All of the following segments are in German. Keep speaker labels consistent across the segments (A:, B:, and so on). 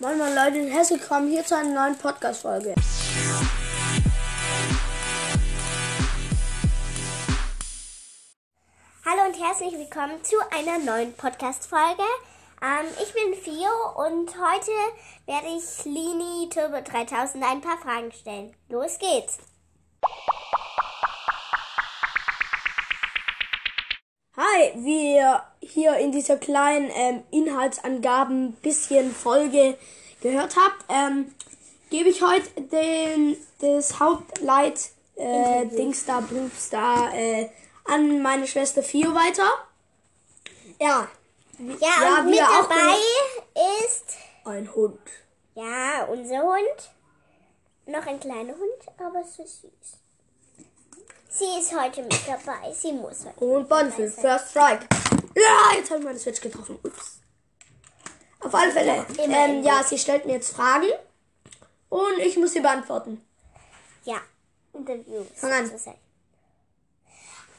A: Moin moin Leute, in Hesse kommen hier zu einer neuen Podcast-Folge.
B: Hallo und herzlich willkommen zu einer neuen Podcast-Folge. Ähm, ich bin Fio und heute werde ich Lini Turbo 3000 ein paar Fragen stellen. Los geht's!
A: Hi, wir hier in dieser kleinen ähm, Inhaltsangaben bisschen Folge gehört habt, ähm, gebe ich heute den das Hauptleit äh, Dingsda Boobsda äh, an meine Schwester Fio weiter. Ja,
B: Ja,
A: Ja,
B: und
A: wir
B: mit
A: auch
B: dabei ist
A: ein Hund.
B: ja unser Hund. Noch ein kleiner Hund, aber so süß. Sie ist heute mit dabei. Sie muss heute.
A: Und Bonfil, First Strike. Ja, jetzt habe ich meine Switch getroffen. Ups. Auf alle Fälle.
B: Immer
A: Ähm,
B: im
A: ja, sie stellt mir jetzt Fragen. Und ich muss sie beantworten.
B: Ja, Interviews
A: Fang an.
B: zu sein.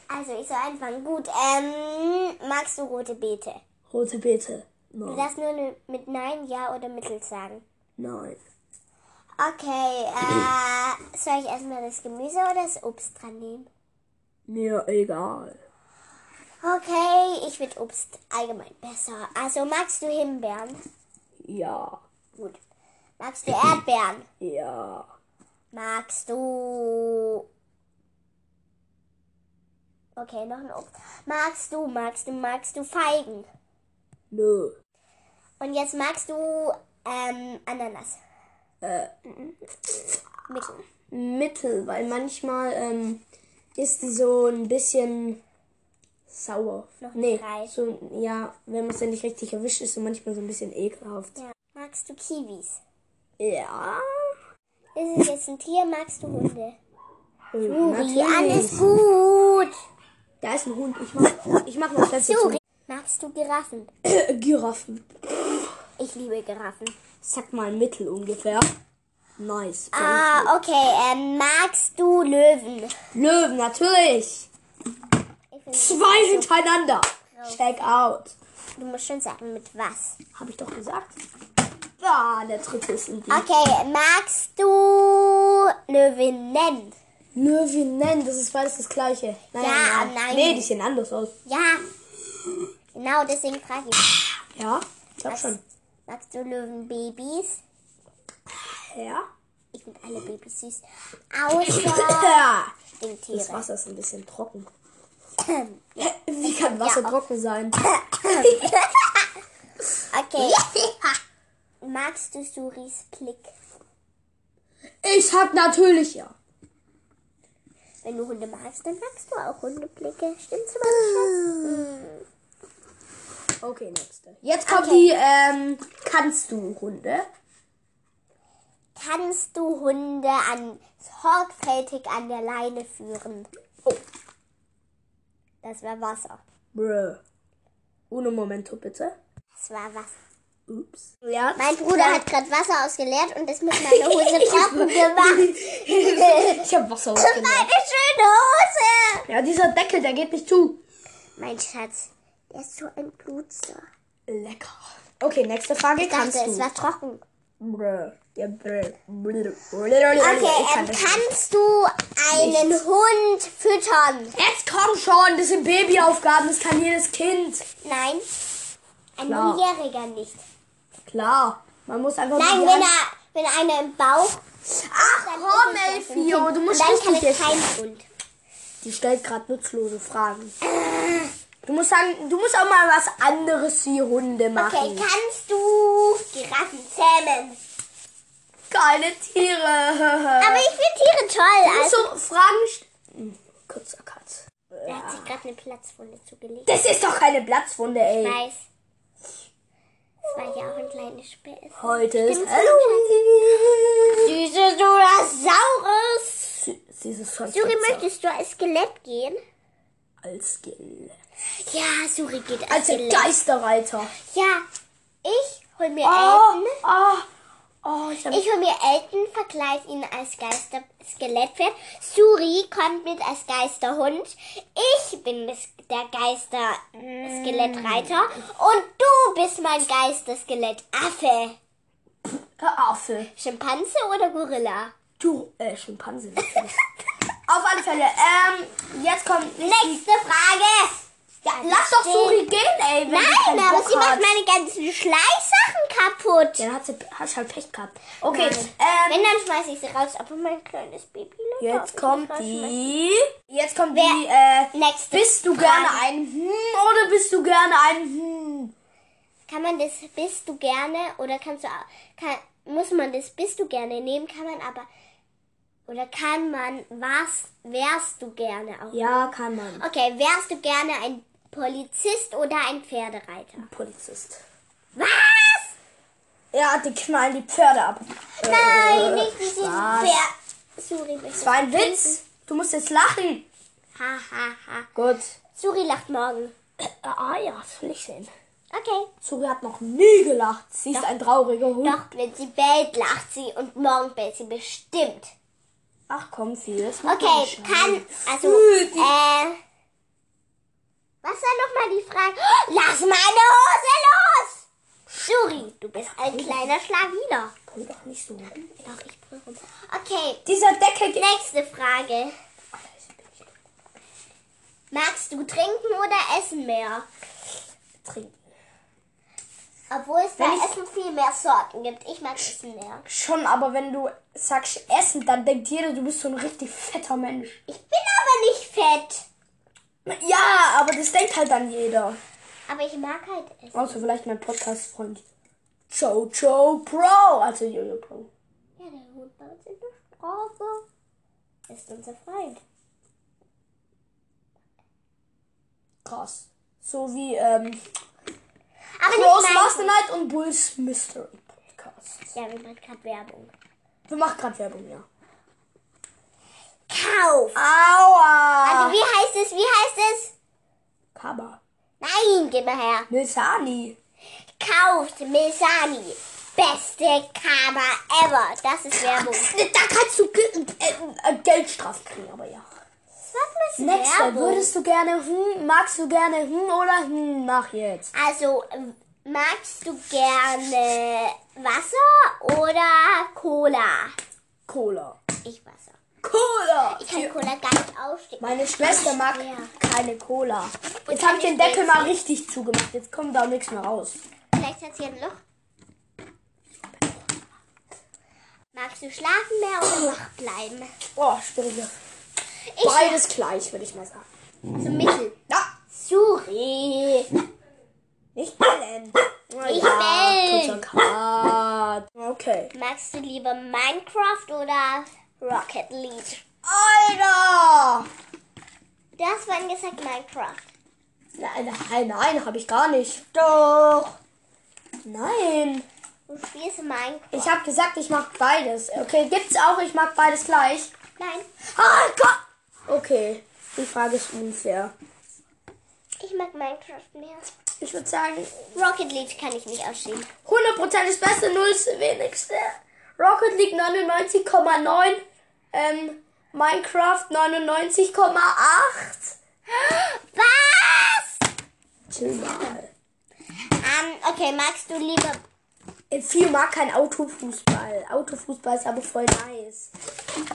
B: Also ich soll anfangen. Gut, ähm, magst du rote Beete?
A: Rote Beete. No.
B: Du darfst nur ne- mit Nein, Ja oder Mittel sagen.
A: Nein.
B: Okay, äh, soll ich erstmal das Gemüse oder das Obst dran nehmen?
A: Mir egal.
B: Okay, ich finde Obst allgemein besser. Also magst du Himbeeren?
A: Ja.
B: Gut. Magst du Erdbeeren?
A: Ja.
B: Magst du. Okay, noch ein Obst. Magst du, magst du, magst du Feigen?
A: Nö.
B: Und jetzt magst du ähm, Ananas. Äh. Mittel.
A: Mittel, weil manchmal ähm, ist die so ein bisschen sauer.
B: Noch
A: nee,
B: drei.
A: so, ja, wenn man es ja nicht richtig erwischt, ist sie manchmal so ein bisschen ekelhaft.
B: Ja. Magst du Kiwis?
A: Ja.
B: Ist es jetzt ein Tier? Magst du Hunde? Uh,
A: Und
B: Jan ist gut.
A: Da ist ein Hund. Ich mach, ich mach mal Plätze
B: Juri. Magst du Giraffen?
A: zu. Giraffen.
B: Ich liebe Giraffen.
A: Sag mal Mittel ungefähr. Nice.
B: Ah, okay. Ähm, magst du Löwen?
A: Löwen, natürlich.
B: Ich find,
A: Zwei hintereinander. Check out.
B: du musst schon sagen, mit was.
A: Hab ich doch gesagt. Ah, der dritte ist in die.
B: Okay, magst du Löwinnen?
A: Löwen, nein, das ist beides das gleiche. Nein,
B: Ja,
A: nein.
B: nein.
A: Nee, die sehen anders aus.
B: Ja. Genau deswegen frage ich.
A: Ja, ich glaub
B: Magst,
A: schon.
B: magst du Löwenbabys?
A: Ja.
B: Ich finde alle Babys süß. Außer
A: Ja. Das
B: Stinktiere.
A: Wasser ist ein bisschen trocken. Wie kann Wasser
B: Ja.
A: trocken sein?
B: Okay. Magst du Suris Blick?
A: Ich hab natürlich ja.
B: Wenn du Hunde magst, dann magst du auch Hundeblicke. Stimmt's, mein
A: Mm.
B: Schatz?
A: Okay, nächste. Jetzt kommt
B: Okay.
A: die, ähm, kannst du Hunde?
B: Kannst du Hunde an, sorgfältig an der Leine führen?
A: Oh,
B: Das war Wasser.
A: bruh. Uno momento, bitte.
B: Das war Wasser.
A: Ups. Ja.
B: Mein Bruder hat gerade Wasser ausgeleert und ist mit meiner Hose trocken gemacht.
A: Ich hab Wasser ausgenommen.
B: Meine schöne Hose!
A: Ja, dieser Deckel, der geht nicht zu.
B: Mein Schatz, der ist so ein Blutzer.
A: Lecker. Okay, nächste Frage.
B: Ich dachte,
A: Kannst
B: es
A: du?
B: war trocken.
A: Bruh. Ja, bruh. Bruh.
B: Okay,
A: Okay,
B: ähm, kannst du einen Hund füttern?
A: Jetzt komm schon, das sind Babyaufgaben, das kann jedes Kind.
B: Nein. Ein
A: Klar.
B: Hunderjähriger nicht.
A: Klar, man muss einfach...
B: Nein,
A: die
B: wenn
A: Hand-
B: er, wenn einer im Bauch,
A: Ach
B: dann
A: komm,
B: ist es erst ein
A: Elfio,
B: Kind.
A: du musst
B: Und dann
A: richtig
B: kann es
A: jetzt...
B: kein Hund.
A: Die stellt gerade nutzlose Fragen. Du musst sagen, du musst auch mal was anderes wie Hunde
B: Okay,
A: machen.
B: kannst du Giraffen zähmen?
A: Keine Tiere.
B: Aber ich finde Tiere toll. Also,
A: so Fragen. st- Hm, Kurzer Cut.
B: er hat sich gerade eine Platzwunde zugelegt.
A: Das ist doch keine Platzwunde, ey.
B: Weiß. Das war ja auch ein kleines Spiel.
A: Heute ist
B: Stimmt's,
A: Halloween.
B: Süßes oder saures?
A: Sie ist schon
B: Suri,
A: spitzer
B: möchtest du als Skelett gehen?
A: als Gel.
B: Ja, Suri geht als
A: Als der
B: Skelett.
A: Geisterreiter.
B: Ja, ich hol mir
A: Oh,
B: Elton.
A: oh, oh, ich hab
B: Ich hol mir Elton, verkleid ihn als Geister Skelettpferd. Suri kommt mit als Geisterhund. Ich bin das, der Geister
A: Mm.
B: Skelettreiter und du bist mein Geister Skelettaffe.
A: Affe.
B: Schimpanse oder Gorilla?
A: Du, äh, Schimpanse natürlich. Auf alle Fälle, ähm, jetzt kommt nicht.
B: Nächste Frage. Ja,
A: Lass doch Suri gehen, ey. wenn sie keinen
B: Nein, aber
A: Bock
B: sie macht
A: hat.
B: meine ganzen Schleichsachen kaputt.
A: Dann hat sie hat halt Pech gehabt. Okay, ähm,
B: Wenn, dann schmeiße ich sie raus, aber mein kleines Baby läuft auf
A: jetzt
B: mich
A: kommt
B: raus.
A: die. Jetzt kommt
B: Wer-
A: die, äh,
B: Nächste
A: bist du
B: Frage.
A: gerne ein Hm oder bist du gerne ein Hm?
B: Kann man das bist du gerne oder kannst du au- kann, muss man das bist du gerne nehmen, kann man aber oder kann man was wärst du gerne auch?
A: Ja, kann man.
B: Okay, wärst du gerne ein Polizist oder ein Pferdereiter?
A: Polizist.
B: Was?
A: Ja, die knallen die Pferde ab.
B: Nein, nicht diesen
A: Spaß.
B: Pferd. Suri möchte.
A: Das war ein Witz. Du musst jetzt lachen.
B: Ha ha ha.
A: Gut.
B: Suri lacht morgen.
A: Ah ja, das will ich sehen.
B: Okay.
A: Zuri hat noch nie gelacht. Sie ist ein trauriger Hund.
B: Doch, wenn sie bellt, lacht sie und morgen bellt sie bestimmt.
A: Ach komm, sie jetzt macht man
B: Okay,
A: schon.
B: kann, also,
A: Äh, die-
B: äh, was war nochmal die Frage? Oh, Lass meine Hose los! Suri, du bist ein kleiner Schlawiner.
A: Brüll doch nicht so. rum.
B: Doch, ich brüll rum. Okay,
A: Dieser Deckel geht.
B: nächste Frage. Magst du trinken oder essen mehr?
A: Trinken.
B: Obwohl es bei
A: Wenn ich-
B: Essen viel mehr Sorten gibt. Ich mag Essen mehr.
A: Schon, aber wenn du sagst Essen, dann denkt jeder, du bist so ein richtig fetter Mensch.
B: Ich bin aber nicht fett.
A: Ja, aber das denkt halt dann jeder.
B: Aber ich mag halt Essen.
A: Außer vielleicht mein Podcast-Freund. Jojo Pro. Also Jojo Pro.
B: Ja, der Hund bei uns in der Straße. Ist unser Freund.
A: Krass. So wie, ähm,
B: Aber
A: Bros
B: nicht mein
A: Master Night und Bulls Mystery Podcast.
B: Ja, wir machen gerade Werbung.
A: Wir machen gerade Werbung, ja.
B: Kauf!
A: Aua!
B: Warte, wie heißt es? Wie heißt es?
A: Kaba.
B: Nein, gib mal her.
A: Milsani.
B: Kauft Milsani. Beste Karma ever. Das ist Werbung.
A: Da kannst du ge- äh, äh, Geldstrafe kriegen, aber ja.
B: Was ist
A: Nächster,
B: Werbung?
A: würdest du gerne, hm, magst du gerne, hm oder hm, mach jetzt.
B: Also, ähm, magst du gerne Wasser oder Cola?
A: Cola.
B: Ich Wasser.
A: Cola!
B: Ich kann Cola gar nicht aufstehen.
A: Meine Schwester mag
B: Ja.
A: keine Cola.
B: Und
A: Jetzt habe ich den
B: keine
A: Deckel mal richtig zugemacht. Jetzt kommt da nichts mehr raus.
B: Vielleicht hat sie ein Loch. Magst du schlafen mehr oder wach bleiben?
A: Oh, schwieriger.
B: Ich
A: Beides gleich, würde ich mal sagen.
B: so mittel.
A: Ja,
B: Suri.
A: nicht bellen.
B: Ich
A: ja,
B: bell.
A: Cut. Okay.
B: Magst du lieber Minecraft oder Rocket League?
A: Alter!
B: Du hast vorhin gesagt Minecraft.
A: Nein, nein, nein, habe ich gar nicht. Doch. Nein.
B: Du spielst Minecraft.
A: Ich habe gesagt, ich mag beides. Okay, gibt's auch, ich mag beides gleich.
B: Nein,
A: Ah, Gott! Okay, die Frage ist unfair.
B: ich mag Minecraft mehr.
A: Ich würde sagen,
B: Rocket League kann ich nicht ausstehen.
A: 100% ist Beste, 0 ist das Wenigste. Rocket League 99,9. Ähm, Minecraft 99,8.
B: Was?
A: Chill mal.
B: Ähm, okay, magst du lieber.
A: Äh, Viel mag kein Autofußball. Autofußball ist aber voll nice.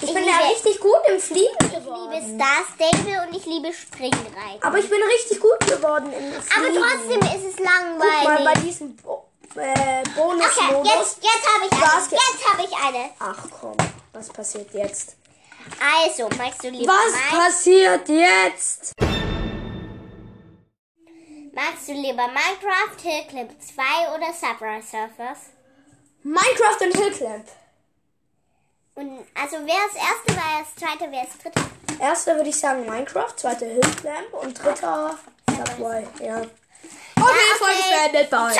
A: Ich, bin ja
B: liebe-
A: richtig gut im Fliegen
B: Ich
A: geworden.
B: liebe Star Stable und ich liebe Springreiten.
A: Aber ich bin richtig gut geworden im
B: Aber
A: Fliegen.
B: trotzdem ist es
A: Guck mal bei
B: langweilig.
A: diesem Bo äh,
B: Okay,
A: Bonusmodus.
B: jetzt, jetzt habe ich eine.
A: Basket.
B: Jetzt habe ich eine.
A: Ach komm, was passiert jetzt?
B: Also, magst du lieber
A: Was
B: Minecraft?
A: passiert jetzt?
B: Magst du lieber Minecraft, Hillclimb 2 oder Subway Surfers?
A: Minecraft und Hillclamp.
B: Und also wer das erste war, das zweite, wer das dritte.
A: Erster würde ich sagen Minecraft, zweiter Hillclamp und dritter Subway. Ja. Okay, Folge beendet. Bye.